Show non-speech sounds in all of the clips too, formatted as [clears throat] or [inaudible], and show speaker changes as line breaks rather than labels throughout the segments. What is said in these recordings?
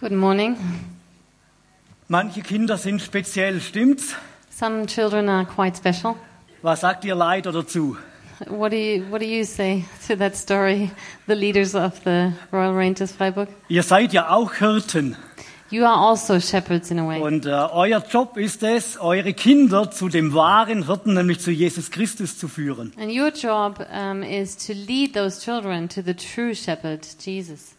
Good morning.
Manche Kinder sind speziell, stimmt's?
Some children are quite special.
Was sagt ihr Leiter dazu?
What do you What do you say to that story? The leaders of the Royal Rangers Freiburg.
Ihr seid ja auch Hirten
You are also shepherds in a way,
und äh, euer Job ist es, eure Kinder zu dem wahren Hirten, nämlich zu Jesus Christus zu führen.
and your job um, is to lead those children to the true shepherd, Jesus.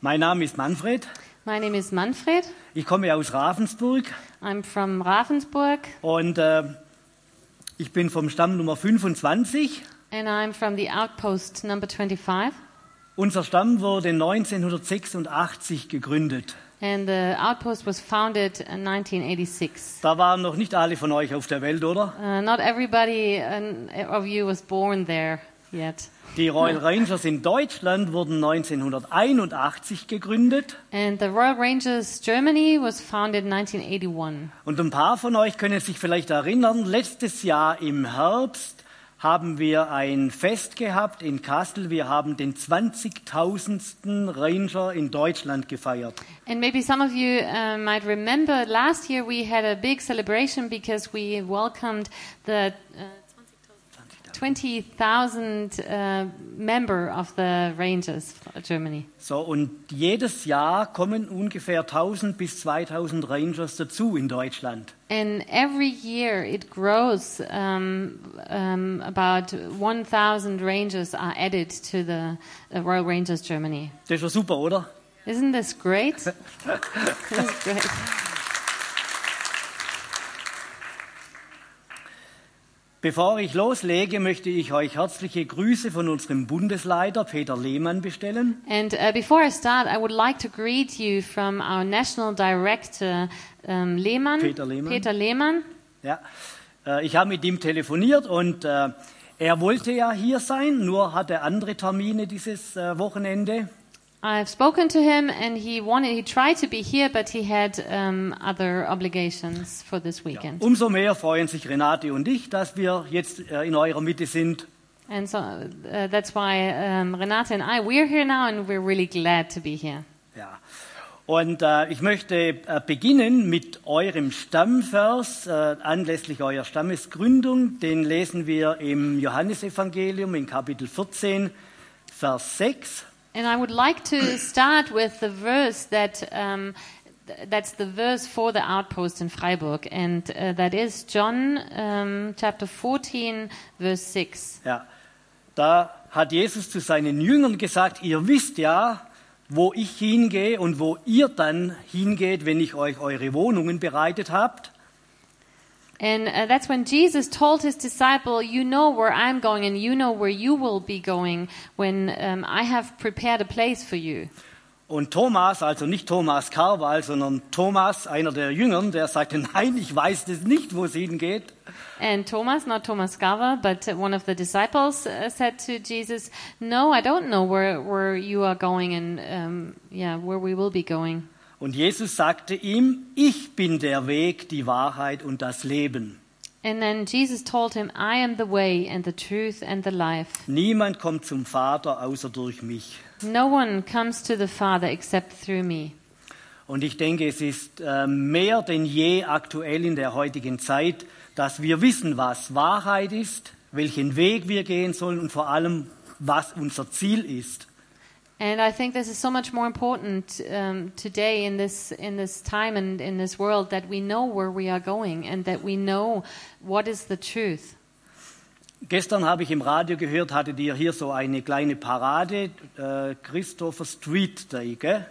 Mein Name ist Manfred,
My name is Manfred.
ich komme aus Ravensburg
I'm from Ravensburg,
und äh, ich bin vom Stamm Nummer 25.
and I'm from the outpost number 25.
Unser Stamm wurde 1986 gegründet.
And the outpost was founded in 1986.
Da waren noch nicht alle von euch auf der Welt, oder?
Uh, not everybody um, of you was born there yet.
Die Royal Rangers in Deutschland wurden 1981 gegründet.
And the Royal Rangers Germany was founded in 1981.
Und ein paar von euch können sich vielleicht erinnern, letztes Jahr im Herbst haben wir ein Fest gehabt in Kassel. Wir haben den 20.000. Ranger in Deutschland gefeiert.
And maybe some of you uh, might remember last year we had a big celebration because we welcomed the uh, 20,000 uh, member of the Rangers of Germany.
So, und jedes Jahr kommen ungefähr 1000 bis 2000 Rangers dazu in Deutschland.
And every year it grows. Um, um, about 1,000 Rangers are added to the uh, Royal Rangers Germany.
Das ist ja super, oder?
Isn't this great? [laughs] this is great.
Bevor ich loslege, möchte ich euch herzliche Grüße von unserem Bundesleiter Peter Lehmann bestellen.
And uh, before I start, I would like to greet you from our national director, um, Lehmann.
Peter Lehmann.
Peter Lehmann.
Ja, äh, ich habe mit ihm telefoniert und äh, er wollte ja hier sein, nur hatte andere Termine dieses äh, Wochenende.
I've spoken to him, and he wanted. He tried to be here, but he had um, other obligations for this weekend.
Umso mehr freuen sich Renate und ich, dass wir jetzt äh, in eurer Mitte sind.
And so uh, that's why um, Renate and I we're here now, and we're really glad to be here.
Ja. Und äh, ich möchte äh, beginnen mit eurem Stammvers äh, anlässlich eurer Stammesgründung. Den lesen wir im Johannesevangelium in Kapitel 14, Vers 6.
And I would like to start with the verse that um, th- that's the verse for the outpost in Freiburg, and uh, that is John um, chapter 14, verse 6.
Ja, da hat Jesus zu seinen Jüngern gesagt, ihr wisst ja, wo ich hingehe und wo ihr dann hingeht, wenn ich euch eure Wohnungen bereitet habt.
And uh, that's when Jesus told his disciple, "You know where I'm going, and you know where you will be going when um, I have prepared a place for you."
Und Thomas, also nicht Thomas Karwal, sondern Thomas, einer der Jüngern, der sagte, nein, ich weiß das nicht, wo es hingeht.
And Thomas, not Thomas Gava, but uh, one of the disciples, uh, said to Jesus, "No, I don't know where where you are going, and um, yeah, where we will be going."
Und Jesus sagte ihm, ich bin der Weg, die Wahrheit und das Leben.
And then Jesus told him, I am the way and the truth and the life.
Niemand kommt zum Vater außer durch mich.
No one comes to the Father except through me.
Und ich denke, es ist äh, mehr denn je aktuell in der heutigen Zeit, dass wir wissen, was Wahrheit ist, welchen Weg wir gehen sollen und vor allem, was unser Ziel ist.
And I think this is so much more important um, today in this, in this time and in this world that we know where we are going and that we know what is the truth.
Gestern habe ich im Radio gehört, hattet ihr hier so eine kleine Parade, äh, Christopher Street Day, gell?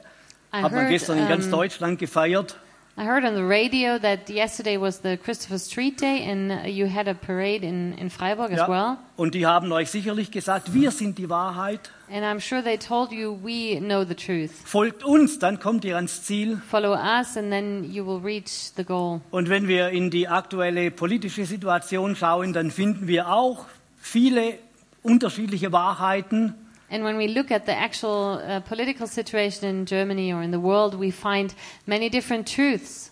I
Hat man
heard,
gestern in ganz
ähm,
Deutschland gefeiert.
I heard on the radio that yesterday was the Christopher Street Day and uh, you had a parade in, in Freiburg as well.
Und die haben euch sicherlich gesagt, wir sind die Wahrheit.
And I'm sure they told you, we know the truth.
Folgt uns, dann kommt ihr ans Ziel.
Follow us and then you will reach the goal.
Und wenn wir in die aktuelle politische Situation schauen, dann finden wir auch viele unterschiedliche Wahrheiten.
And when we look at the actual uh, political situation in Germany or in the world, we find many different truths.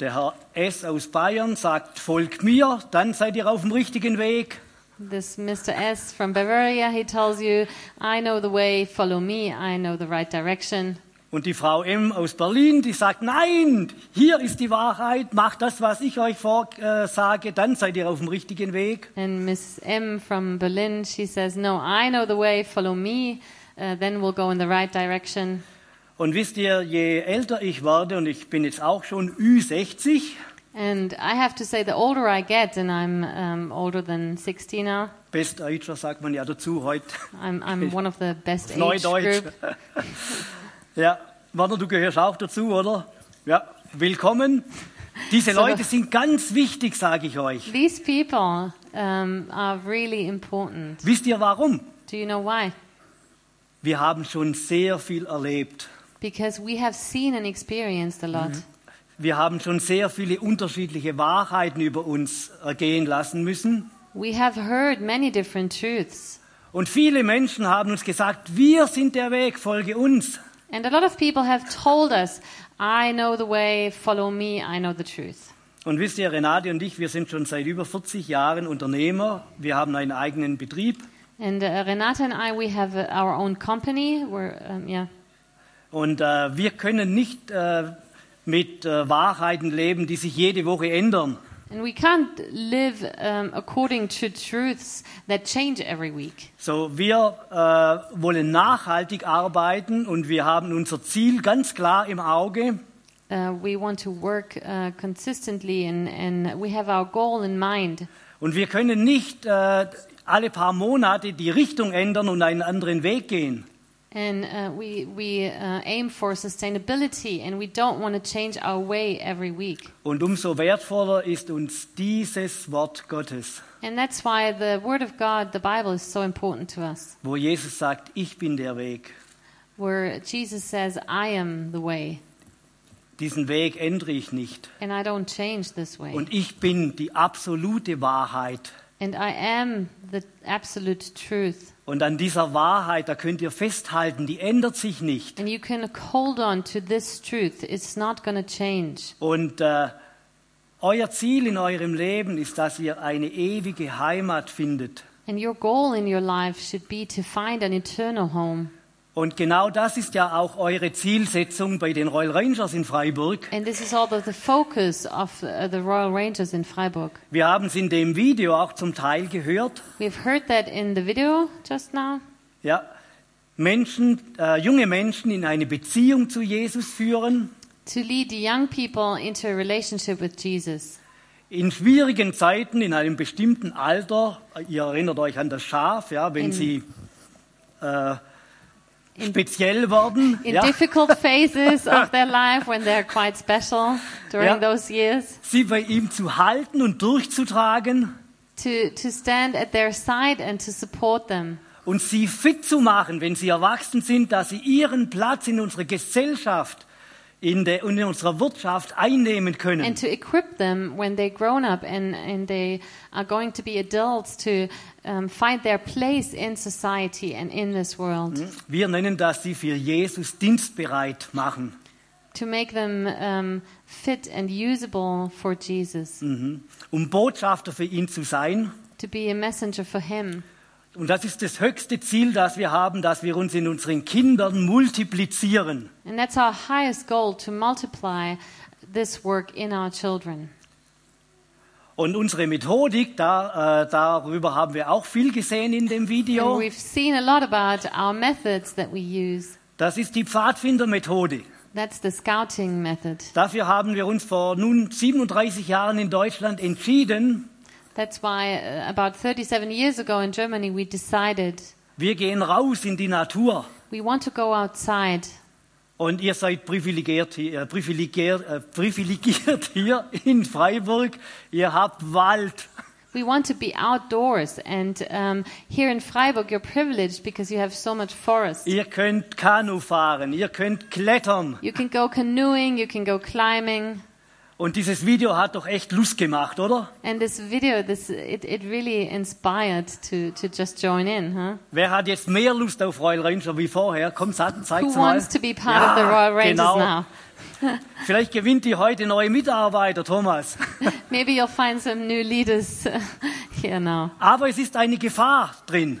Der Herr S. aus Bayern sagt, folgt mir, dann seid ihr auf dem richtigen Weg.
This Mr. S from Bavaria, he tells you, I know the way, follow me, I know the right direction.
Und die Frau M aus Berlin, die sagt, nein, hier ist die Wahrheit, macht das, was ich euch vorsage, dann seid ihr auf dem richtigen Weg.
And Miss M from Berlin, she says, No, I know the way, follow me, uh, then we'll go in the right direction.
Und wisst ihr, je älter ich werde, und ich bin jetzt auch schon Ü60,
And I have to say, the older I get, and I'm um, older than 60 now,
Bestdeutscher sagt man ja dazu heute,
I'm, I'm one of the best age
Neudeutsch.
group.
[laughs] ja, Werner, du gehörst auch dazu, oder? Ja, willkommen. Diese
So-
Leute sind ganz wichtig, sage ich euch.
These people um, are really important.
Wisst ihr warum?
Do you know why?
Wir haben schon sehr viel erlebt.
Because we have seen and experienced a lot.
Wir haben schon sehr viele unterschiedliche Wahrheiten über uns ergehen lassen müssen.
We have heard many different truths.
Und viele Menschen haben uns gesagt, wir sind der Weg, folge uns.
And a lot of people have told us, I know the way, follow me, I know the truth.
Und wisst ihr, Renate und ich, wir sind schon seit über 40 Jahren Unternehmer. Wir haben einen eigenen Betrieb.
And uh, Renata and I, we have uh, our own company. We're, um, yeah.
Und äh, wir können nicht äh, mit äh, Wahrheiten leben, die sich jede Woche ändern.
And we can't live um, according to truths that change every week.
So, wir äh, wollen nachhaltig arbeiten und wir haben unser Ziel ganz klar im Auge.
Uh, we want to work uh, consistently and, and we have our goal in mind.
Und wir können nicht äh, alle paar Monate die Richtung ändern und einen anderen Weg gehen.
And uh, we, we uh, aim for sustainability and we don't want to change our way every week.
Und umso wertvoller ist uns dieses Wort Gottes,
And that's why the Word of God, the Bible, is so important to us.
wo Jesus sagt, ich bin der Weg.
where Jesus says, I am the way,
Diesen Weg ändere ich nicht.
and I don't change this way,
Und ich bin die absolute Wahrheit.
and I am the absolute truth.
Und an dieser Wahrheit, da könnt ihr festhalten, die ändert sich nicht.
And you can hold on to this truth, it's not going to change.
Und äh, euer Ziel in eurem Leben ist, dass ihr eine ewige Heimat findet.
And your goal in your life should be to find an eternal home.
Und genau das ist ja auch eure Zielsetzung bei den Royal Rangers in Freiburg.
And this is all the, the focus of uh, the Royal Rangers in Freiburg.
Wir haben es in dem Video auch zum Teil gehört.
We've heard that in the video just now.
Ja, Menschen, äh, junge Menschen in eine Beziehung zu Jesus führen.
To lead the young people into a relationship with Jesus.
In schwierigen Zeiten, in einem bestimmten Alter, ihr erinnert euch an das Schaf, ja, wenn
In-
sie äh, speziell werden,
in
ja,
difficult phases of their life when they're quite special during
Yeah.
those years
sie bei ihm zu halten und durchzutragen
to to stand at their side and to support them
und sie fit zu machen, wenn sie erwachsen sind, dass sie ihren Platz in unserer Gesellschaft in der, und in unserer Wirtschaft einnehmen können.
and to equip them when they're grown up and and they are going to be adults to um, find their place in society and in this world
Wir nennen das, sie für Jesus dienstbereit machen.
to make them um, fit and usable for Jesus
Mhm. Um Botschafter für ihn zu sein.
to be a messenger for him
Und das ist das höchste Ziel, das wir haben, dass wir uns in unseren Kindern multiplizieren.
and that's our highest goal to multiply this work in our children
Und unsere Methodik, da, äh, darüber haben wir auch viel gesehen in dem
And
Video,
we've seen a lot about our methods that we use.
das ist die Pfadfindermethode.
That's the scouting method.
Dafür haben wir uns vor nun 37 Jahren in Deutschland entschieden,
That's why uh, about 37 years ago in Germany we decided
wir gehen raus in die Natur.
we want to go outside.
Und ihr seid privilegiert hier, äh, privilegiert, äh, privilegiert [laughs] hier in Freiburg. Ihr habt Wald.
We want to be outdoors. And um, here in Freiburg, you're privileged because you have so much forest.
Ihr könnt Kanu fahren, ihr könnt klettern.
You can go canoeing, you can go climbing.
Und dieses Video hat doch echt Lust gemacht, oder?
And this video, this it, it really inspired to, to just join in, huh?
Wer hat jetzt mehr Lust auf Royal Ranger wie vorher? Komm, Satan,
Who
zeig's mal.
wants to be part of the Royal Rangers
genau.
now?
Vielleicht gewinnt die heute neue Mitarbeiter, Thomas.
Maybe you'll find some new leaders [laughs] Genau.
Aber es ist eine Gefahr drin.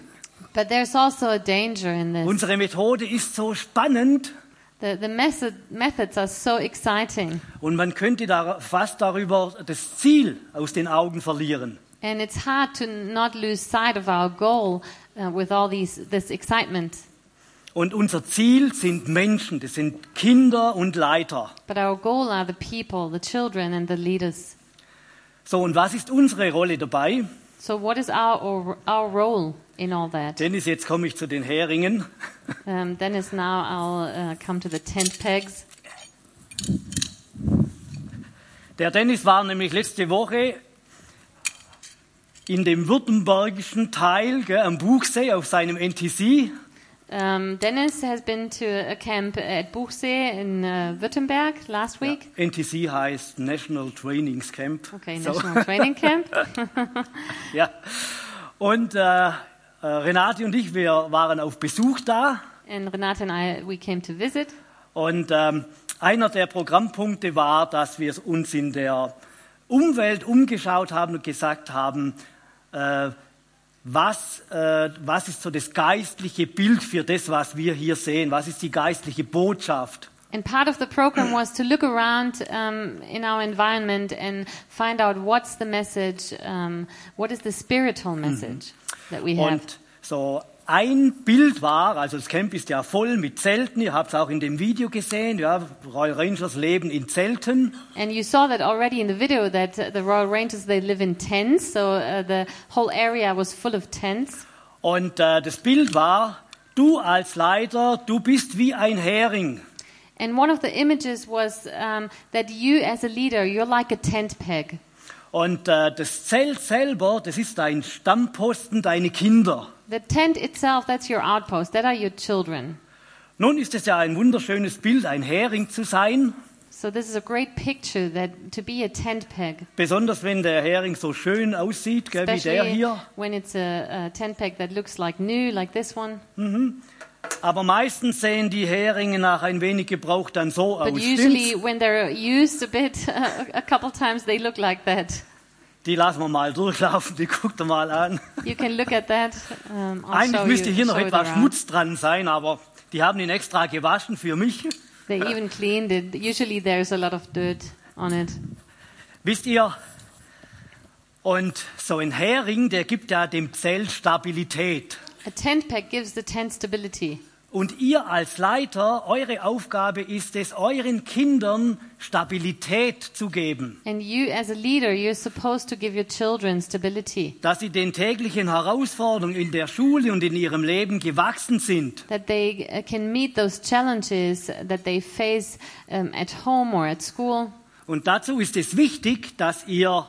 But there's also a danger in this.
Unsere Methode ist so spannend
The, the method, methods are so exciting,
und man könnte da fast darüber das Ziel aus den Augen verlieren.
and it's hard to not lose sight of our goal uh, with all these this excitement.
Und unser Ziel sind Menschen, das sind Kinder und Leiter.
But our goal are the people, the children, and the leaders.
So, und was ist unsere Rolle dabei?
So, what is our our role in all that?
Dennis, jetzt komme ich zu den Heringen.
Um, Dennis, now I'll uh, come to the tent pegs.
Der Dennis war nämlich letzte Woche in dem württembergischen Teil gell, am Buchsee auf seinem NTC.
Um, Dennis has been to a camp at Buchsee in uh, Württemberg last week.
NTC heißt National Trainings Camp.
Okay,
So, [laughs]
national training camp.
ja. Und äh, äh, Renate und ich, wir waren auf Besuch da.
And Renate and I, we came to visit.
Und ähm, einer der Programmpunkte war, dass wir uns in der Umwelt umgeschaut haben und gesagt haben, äh, was, äh, was ist so das geistliche Bild für das, was wir hier sehen? Was ist die geistliche Botschaft?
And part of the program was to look around um, in our environment and find out what's the message, um, what is the spiritual message that we have.
Und so ein Bild war, also das Camp ist ja voll mit Zelten, ihr habt es auch in dem Video gesehen, ja, Royal Rangers leben in Zelten.
And you saw that already in the video that uh, the Royal Rangers, they live in tents. So uh, the whole area was full of tents.
Und äh, das Bild war, du als Leiter, du bist wie ein Hering.
And one of the images was um, that you as a leader, you're like a tent peg.
Und äh, das Zelt selber, das ist dein Stammposten, deine Kinder.
The tent itself, that's your outpost. That are your children.
Nun ist es ja ein wunderschönes Bild, ein Hering zu sein,
So this is a great picture that to be a tent peg.
besonders wenn der Hering so schön aussieht, gell, wie der
especially
hier.
when it's a, a tent peg that looks like new, like this one.
Aber meistens sehen die Heringe nach ein wenig Gebrauch dann so
But
aus.
usually,
Stimmt's?
when they're used a bit, [laughs] a couple times, they look like that.
Die lassen wir mal durchlaufen, die guckt ihr mal an.
You can look at that. Um, I'll
Eigentlich
show
müsste
you,
hier noch
show it
etwas
around.
Schmutz dran sein, aber die haben ihn extra gewaschen für mich.
They even cleaned it. Usually, there's a lot of dirt on it.
Wisst ihr? Und so ein Hering, der gibt ja dem Zelt Stabilität.
A tent peg gives the tent stability.
Und ihr als Leiter, eure Aufgabe ist es, euren Kindern Stabilität zu geben,
And you, as a leader, you're supposed to give your children stability.
dass sie den täglichen Herausforderungen in der Schule und in ihrem Leben gewachsen sind.
That they uh, can meet those challenges that they face um, at home or at school.
Und dazu ist es wichtig, dass ihr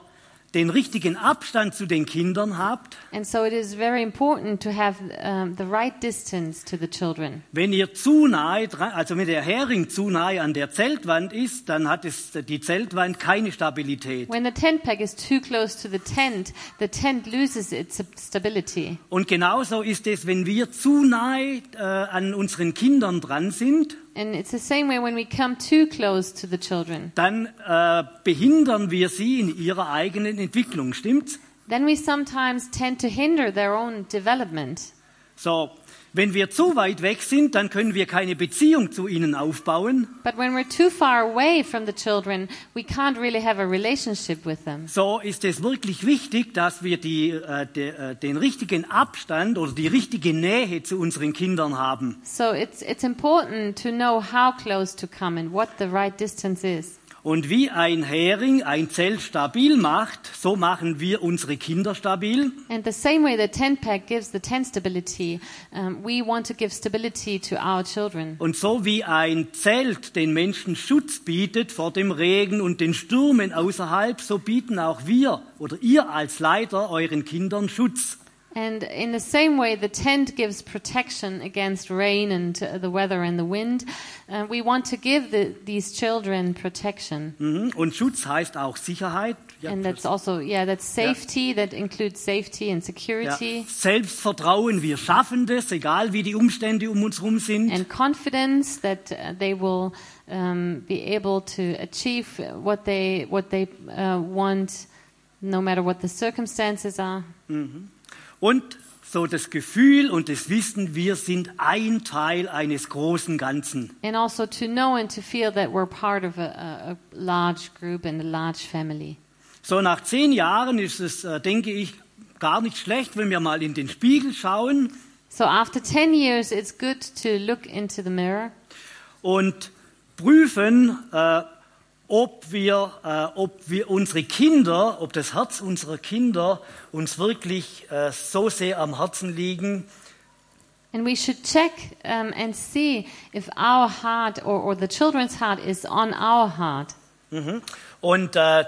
den richtigen Abstand zu den Kindern habt.
And so it is very important to have um, the right distance to the children.
Wenn ihr zu nahe, dran- also wenn der Hering zu nahe an der Zeltwand ist, dann hat es die Zeltwand keine Stabilität.
When the tent peg is too close to the tent, the tent loses its stability.
Und genauso ist es, wenn wir zu nahe äh, an unseren Kindern dran sind,
And it's the same way when we come too close to the children.
dann äh, behindern wir sie in ihrer eigenen Entwicklung, stimmt's?
Then we sometimes tend to hinder their own development.
So, wenn wir zu weit weg sind, dann können wir keine Beziehung zu ihnen aufbauen.
But when we're too far away from the children, we can't really have a relationship with them.
So ist es wirklich wichtig, dass wir die, äh, de, äh, den richtigen Abstand oder die richtige Nähe zu unseren Kindern haben.
So it's, it's important to know how close to come and what the right distance is.
Und wie ein Hering ein Zelt stabil macht, so machen wir unsere Kinder stabil.
And the same way the tent peg gives the tent stability, um, we want to give stability to our children.
Und so wie ein Zelt den Menschen Schutz bietet vor dem Regen und den Stürmen außerhalb, so bieten auch wir oder ihr als Leiter euren Kindern Schutz.
And in the same way the tent gives protection against rain and uh, the weather and the wind, uh, we want to give the, these children protection.
Mhm. Und Schutz heißt auch Sicherheit, ja,
and that's also, yeah, that's safety, that includes safety and
ja.
security
Selbstvertrauen. Wir schaffen das, egal wie die Umstände um uns herum sind.
and confidence that uh, they will um, be able to achieve what they, what they uh, want no matter what the circumstances are.
Und so das Gefühl und das Wissen, wir sind ein Teil eines großen Ganzen.
And also to know and to feel that we're part of a, a, a large group and a large family.
So nach zehn Jahren ist es, äh, denke ich, gar nicht schlecht, wenn wir mal in den Spiegel schauen
So after 10 years, it's good to look into the mirror
und prüfen, äh, ob, wir, äh, ob wir unsere Kinder, ob das Herz unserer Kinder uns wirklich äh, so sehr am Herzen liegen,
and we should check um, and see if our heart or, or the children's heart is on our heart.
Mhm. Und äh,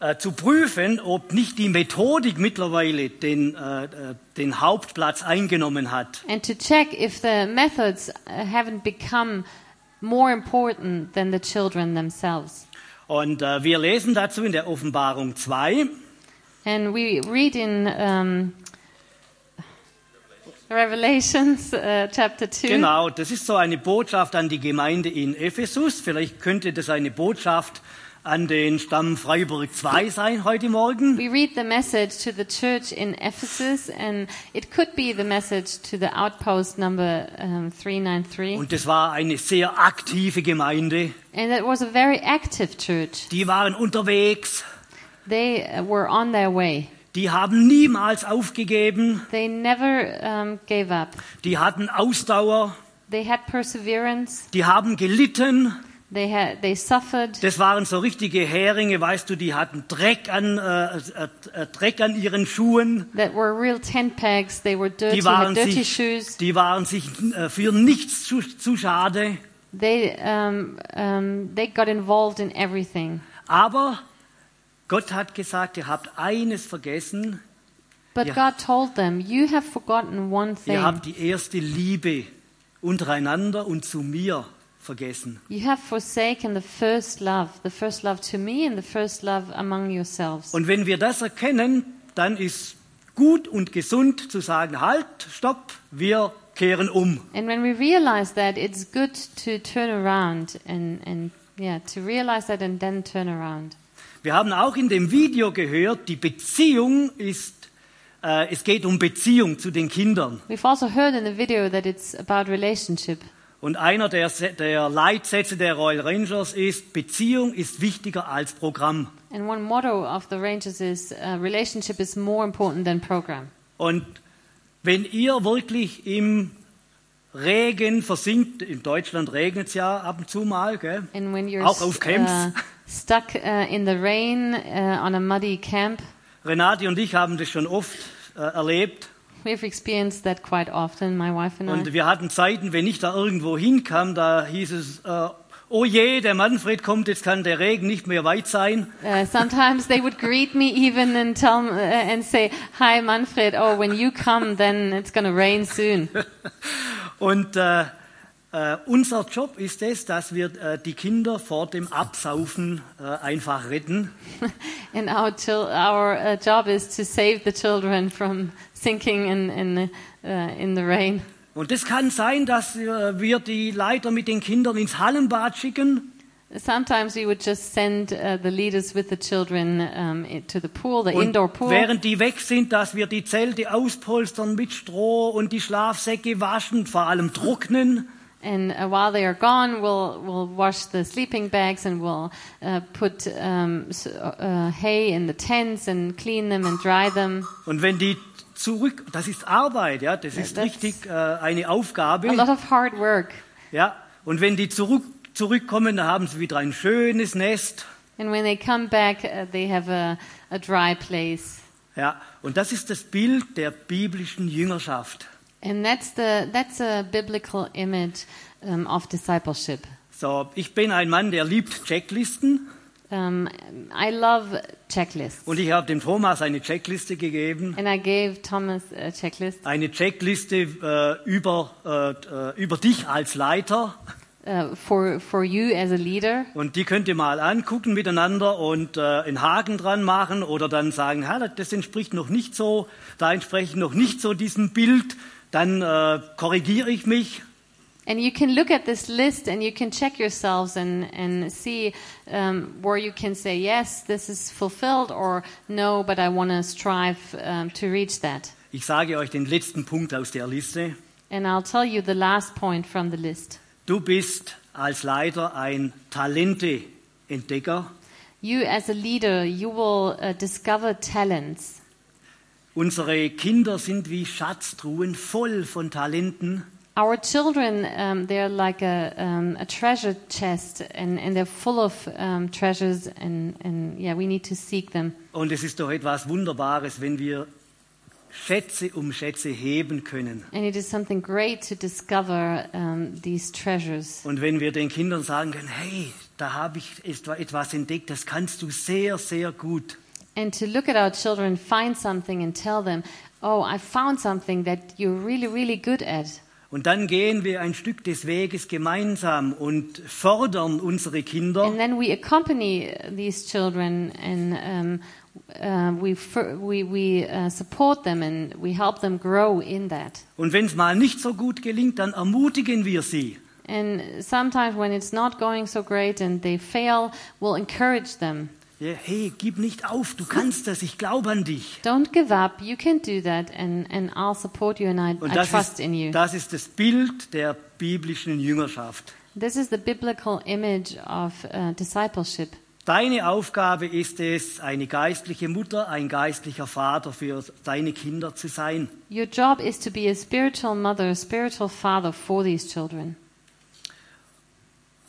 äh, zu prüfen, ob nicht die Methodik mittlerweile den, äh, äh, den Hauptplatz eingenommen hat.
And to check if the methods uh, haven't become more important than the children themselves.
Und äh, wir lesen dazu in der Offenbarung 2,
And we read in um, Revelations uh, chapter 2.
genau, das ist so eine Botschaft an die Gemeinde in Ephesus. Vielleicht könnte das eine Botschaft an den Stamm Freiburg 2 sein heute Morgen.
We read the message to the church in Ephesus, and it could be the message to the outpost number um, 393.
Und das war eine sehr aktive Gemeinde.
And it was a very active church.
Die waren unterwegs,
They uh, were on their way.
die haben niemals aufgegeben,
They never um, gave up.
die hatten Ausdauer,
They had perseverance.
die haben gelitten.
They had they suffered.
Das waren so richtige Heringe, weißt du, die hatten Dreck an, äh, äh, äh, Dreck an ihren Schuhen.
That were real tent pegs. They were dirty,
Die waren
had dirty
sich,
shoes.
die waren sich äh, für nichts zu, zu schade.
They um, um, they got involved in everything.
Aber Gott hat gesagt, ihr habt eines vergessen,
But
Ja.
God told them, "You have forgotten one thing.
ihr habt die erste Liebe untereinander und zu mir vergessen.
You have forsaken the first love, the first love to me and the first love among yourselves.
Und wenn wir das erkennen, dann ist gut und gesund zu sagen, halt, stopp, wir kehren um.
And when we realize that, it's good to turn around and, and yeah, to realize that and then turn around.
Wir haben auch in dem Video gehört, die Beziehung ist, äh, es geht um Beziehung zu den Kindern.
We've also heard in the video that it's about relationship.
Und einer der, Se- der Leitsätze der Royal Rangers ist, Beziehung ist wichtiger als Programm.
And one motto of the Rangers is uh, relationship is more important than program.
Und wenn ihr wirklich im Regen versinkt, in Deutschland regnet es ja ab und zu mal, gell?
And when you're
Auch auf Camps.
uh, stuck uh, in the rain uh, on a muddy camp,
Renate und ich haben das schon oft äh, erlebt.
we've experienced that quite often, my wife and I.
Und wir hatten Zeiten, wenn ich da irgendwo hinkam, da hieß es, äh, oh je, der Manfred kommt, jetzt kann der Regen nicht mehr weit sein.
Uh, sometimes they would greet me even and tell m- uh, and say, "Hi, Manfred. Oh, when you come, then it's going to rain soon." [laughs]
Und äh, äh, unser Job ist es, dass wir äh, die Kinder vor dem Absaufen äh, einfach retten.
and our chil- our uh, job is to save the children from sinking in in uh, in the rain.
Und es kann sein, dass äh, wir die Leiter mit den Kindern ins Hallenbad schicken.
Sometimes we would just send uh, the leaders with the children um, i- to the pool, the
Und
indoor pool.
während die weg sind, dass wir die Zelte auspolstern mit Stroh und die Schlafsäcke waschen, vor allem trocknen.
And uh, while they are gone, we'll we'll wash the sleeping bags and we'll uh, put um, s- uh, hay in the tents and clean them and dry them.
Und wenn die zurück, das ist Arbeit, ja, das ist
das-
richtig äh, eine
A lot
Aufgabe,
of hard work.
ja. Und wenn die zurück, zurückkommen, dann haben sie wieder ein schönes Nest,
And when they come back, uh, they have a, a dry place.
ja. Und das ist das Bild der biblischen Jüngerschaft.
And that's, the, that's a biblical image um, of discipleship.
So, ich bin ein Mann, der liebt Checklisten
Um, I love checklists.
und ich habe dem Thomas eine Checkliste gegeben,
And I gave Thomas a checklist
eine Checkliste äh, über äh, äh, über dich als Leiter
uh, for, for you as a leader.
und die könnt ihr mal angucken miteinander und äh, einen Haken dran machen oder dann sagen, ha, das entspricht noch nicht so, da entsprechen noch nicht so diesem Bild, dann äh, korrigiere ich mich.
And you can look at this list and you can check yourselves and, and see um, where you can say, yes, this is fulfilled, or no, but I want to strive um, to reach that.
Ich sage euch den letzten Punkt aus der Liste.
And I'll tell you the last point from the list.
Du bist als Leiter ein Talente-Entdecker.
You, as a leader, you will uh, discover talents.
Unsere Kinder sind wie Schatztruhen voll von Talenten.
Our children, um, they're like a, um, a treasure chest, and, and they're full of um, treasures, and, and yeah, we need to seek them.
Und es ist doch etwas Wunderbares, wenn wir Schätze um Schätze heben können.
And it is something great to discover um, these treasures.
Und wenn wir den Kindern sagen können, hey, da habe ich est- etwas entdeckt, das kannst du sehr, sehr gut.
And to look at our children, find something, and tell them, oh, I found something that you're really, really good at.
Und dann gehen wir ein Stück des Weges gemeinsam und fördern unsere Kinder
And then we accompany uh, these children and um, uh, we, fir- we, we uh, support them and we help them grow in that.
und wenn es mal nicht so gut gelingt, dann ermutigen wir sie.
And sometimes when it's not going so great and they fail, we'll encourage them.
Ja, hey, gib nicht auf, du kannst das, ich glaube an dich.
Don't give up. You can do that, and, and I'll support you and I,
Und
I
das
trust
ist,
in you.
das ist das Bild der biblischen Jüngerschaft.
This is the biblical image of uh, discipleship.
Deine Aufgabe ist es, eine geistliche Mutter, ein geistlicher Vater für deine Kinder zu sein.
Your job is to be a spiritual mother, a spiritual father for these children.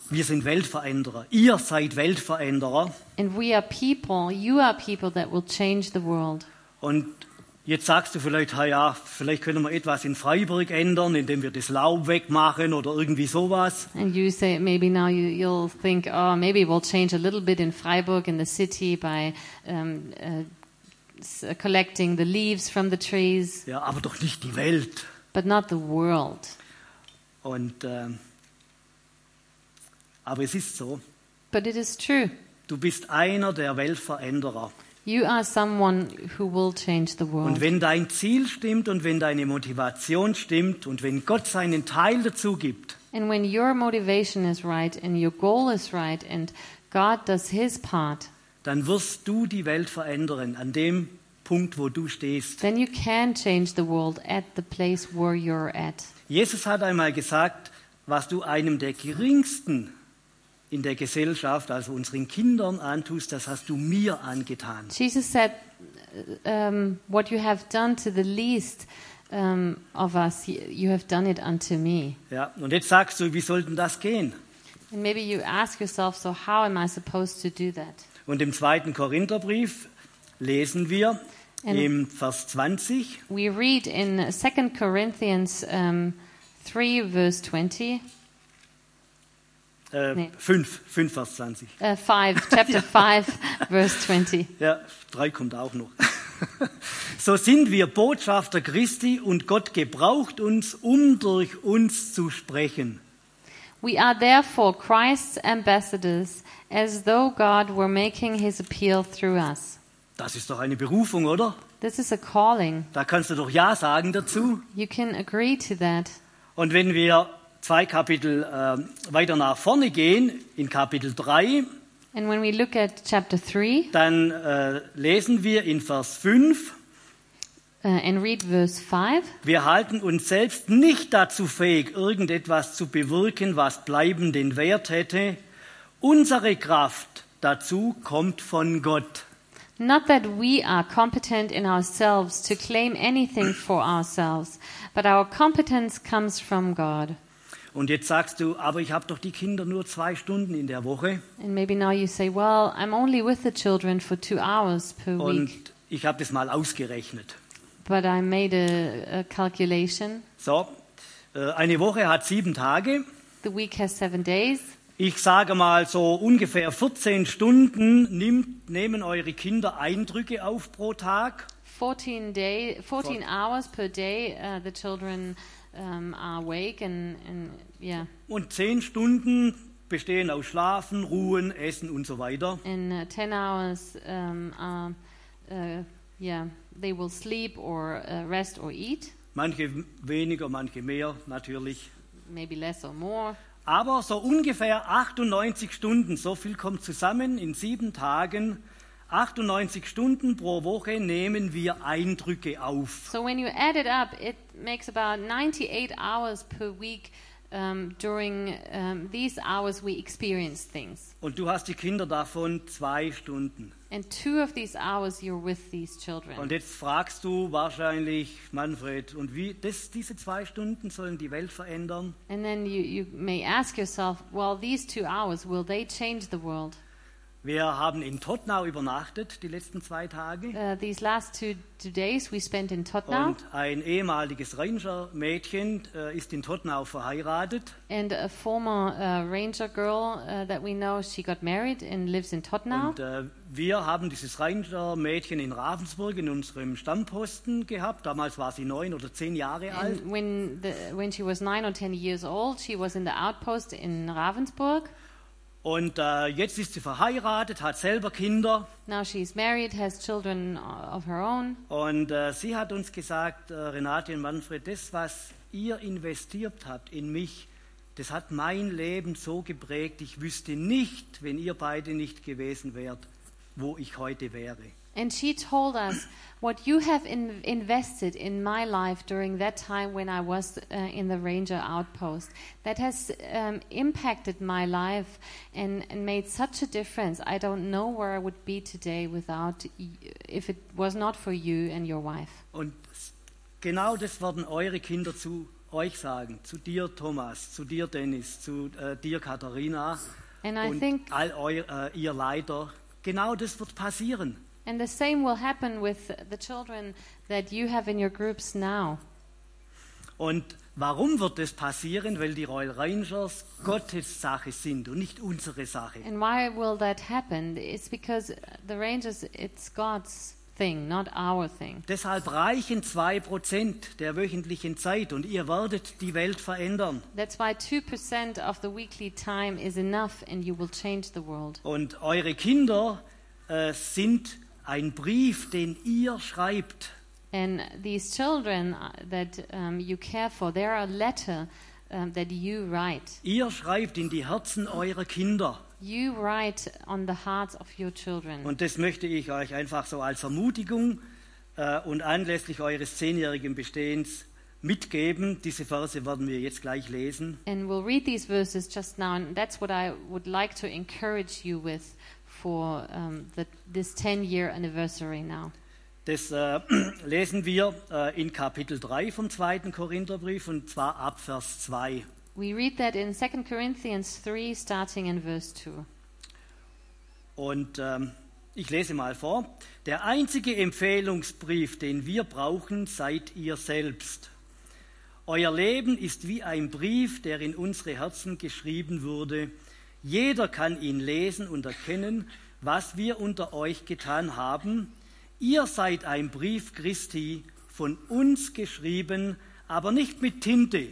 Wir sind Weltveränderer. Ihr seid Weltveränderer.
And we are people, you are people that will change the world.
Und jetzt sagst du vielleicht, "Ha ja, vielleicht können wir etwas in Freiburg ändern, indem wir das Laub wegmachen oder irgendwie sowas.
And you say maybe now you, you'll think, oh, maybe we'll change a little bit in Freiburg in the city by um, uh, s- uh, collecting the leaves from the trees,
Ja, aber doch nicht die Welt.
but not the world.
Und, ähm, aber es ist so.
But it is true.
Du bist einer der Weltveränderer.
You are someone who will change the
Und
world.
wenn dein Ziel stimmt und wenn deine Motivation stimmt und wenn Gott seinen Teil dazu gibt,
And when your motivation is right and your goal is right and God does his part,
dann wirst du die Welt verändern an dem Punkt, wo du stehst.
then you can change the world at the place where you're at.
Jesus hat einmal gesagt, was du einem der geringsten in der Gesellschaft, also unseren Kindern antust, das hast du mir angetan.
Jesus said, um, What you have done to the least um, of us, y- you have done it unto me.
Ja, und jetzt sagst du, wie soll denn das gehen?
And maybe you ask yourself, So, how am I supposed to do that?
Und im zweiten Korintherbrief lesen wir
Ähm.
im Vers 20,
We read in 2 Corinthians um, 3, verse 20,
äh,
Nee.
5, 5 äh, Vers 20.
uh, 5, chapter 5, verse 20.
Ja, drei kommt auch noch. [laughs] So sind wir Botschafter Christi und Gott gebraucht uns, um durch uns zu sprechen.
We are therefore Christ's ambassadors, as though God were making his appeal through us.
Das ist doch eine Berufung, oder?
This is a calling.
Da kannst du doch Ja sagen dazu.
You can agree to that.
Und wenn wir zwei Kapitel ähm, weiter nach vorne gehen, in Kapitel 3,
And when we look at chapter 3
dann äh, lesen wir in Vers 5,
uh, and read verse 5,
wir halten uns selbst nicht dazu fähig, irgendetwas zu bewirken, was bleibenden Wert hätte. Unsere Kraft dazu kommt von Gott.
not that we are competent in ourselves to claim anything for ourselves, but our competence comes from God.
Und jetzt sagst du, aber ich habe doch die Kinder nur zwei Stunden in der Woche
And maybe now you say, well, I'm only with the children for two hours per week,
und ich habe das mal ausgerechnet.
but I made a, a calculation.
So, äh, eine Woche hat sieben Tage.
The week has seven days.
Ich sage mal so ungefähr 14 Stunden nimmt, nehmen eure Kinder Eindrücke auf pro Tag.
14 day 14 hours per day uh, the children um, are awake and, and yeah
Und zehn Stunden bestehen aus Schlafen, Ruhen, Essen und so weiter.
and uh, 10 hours um, are, uh, yeah they will sleep or uh, rest or eat
Manche weniger, manche mehr natürlich.
maybe less or more.
Aber so ungefähr 98 Stunden, so viel kommt zusammen in sieben Tagen. 98 Stunden pro Woche nehmen wir Eindrücke auf.
So when you add it up, it makes about 98 hours per week. Um, during um, these hours, we experience things.
Und du hast die Kinder davon zwei Stunden.
And two of these hours, you're with these
Und
children.
jetzt fragst du wahrscheinlich, Manfred, und wie das, diese zwei Stunden sollen die Welt verändern?
And then you, you may ask yourself, well, these two hours, will they change the world?
Wir haben in Tottenau übernachtet die letzten zwei Tage.
Uh, these last two, two days we spent in Tottenham,
Und ein ehemaliges Ranger-Mädchen äh, ist in Tottenau verheiratet.
and a former uh, ranger girl uh, that we know, she got married and lives in Tottenham.
Und äh, wir haben dieses Ranger-Mädchen in Ravensburg in unserem Stammposten gehabt. Damals war sie neun oder zehn Jahre alt.
And when the, when she was nine or ten years old, she was in the outpost in Ravensburg.
Und äh, jetzt ist sie verheiratet, hat selber Kinder.
Now she's married, has children uh, of her own,
Und äh, sie hat uns gesagt, äh, Renate und Manfred, das, was ihr investiert habt in mich, das hat mein Leben so geprägt, ich wüsste nicht, wenn ihr beide nicht gewesen wärt, wo ich heute wäre.
and she told us what you have in, invested in my life during that time when I was uh, in the ranger outpost. That has um, impacted my life and, and made such a difference. I don't know where I would be today without y- if it was not for you and your wife.
Und s- genau das werden eure Kinder zu euch sagen, zu dir Thomas, zu dir Dennis, zu äh, dir Katharina
And I
und
think-
all euer, äh, ihr Leiter. Genau das wird passieren.
And the same will happen with the children that you have in your groups now.
Und warum wird das passieren? Weil die Royal Rangers Gottes Sache sind und nicht unsere Sache.
And why will that happen? It's because the Rangers, it's God's thing, not our thing.
Deshalb reichen 2% der wöchentlichen Zeit und ihr werdet die Welt verändern.
That's why 2% of the weekly time is enough and you will change the world.
Und eure Kinder äh, sind ein Brief, den ihr schreibt.
And these children uh, that um, you care for, they are a letter um, that you write.
Ihr schreibt in die Herzen eurer Kinder.
You write on the hearts of your children.
Und das möchte ich euch einfach so als Ermutigung äh, und anlässlich eures zehnjährigen Bestehens mitgeben. Diese Verse werden wir jetzt gleich lesen.
And we'll read these verses just now, and that's what I would like to encourage you with for um, the, this 10 year anniversary now.
Das äh, [clears throat] lesen wir äh, in Kapitel 3 vom zweiten Korintherbrief und zwar ab Vers 2.
We read that in 2 Corinthians 3, starting in verse 2.
Und ähm, ich lese mal vor. Der einzige Empfehlungsbrief, den wir brauchen, seid ihr selbst. Euer Leben ist wie ein Brief, der in unsere Herzen geschrieben wurde. Jeder kann ihn lesen und erkennen, was wir unter euch getan haben. Ihr seid ein Brief Christi, von uns geschrieben, aber nicht mit Tinte,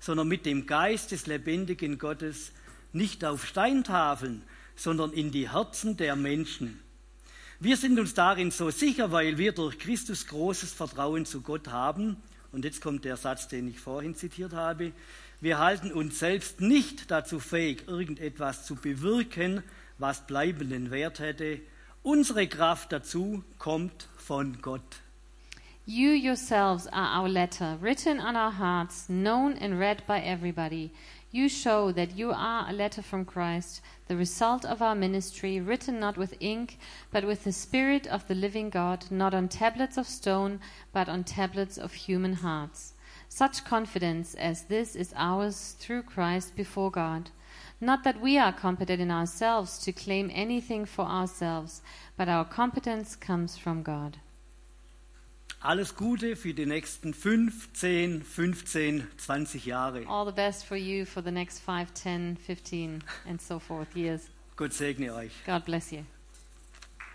sondern mit dem Geist des lebendigen Gottes, nicht auf Steintafeln, sondern in die Herzen der Menschen. Wir sind uns darin so sicher, weil wir durch Christus großes Vertrauen zu Gott haben. Und jetzt kommt der Satz, den ich vorhin zitiert habe. Wir halten uns selbst nicht dazu fähig, irgendetwas zu bewirken, was bleibenden Wert hätte. Unsere Kraft dazu kommt von Gott.
You yourselves are our letter, written on our hearts, known and read by everybody. You show that you are a letter from Christ, the result of our ministry, written not with ink, but with the Spirit of the living God, not on tablets of stone, but on tablets of human hearts. Such confidence as this is ours through Christ before God. Not that we are competent in ourselves to claim anything for ourselves, but our competence comes from God.
Alles Gute für die nächsten 5, 10, 15, 20 Jahre.
All the best for you for the next 5, 10, 15, and so forth years.
Gott segne euch.
God bless you.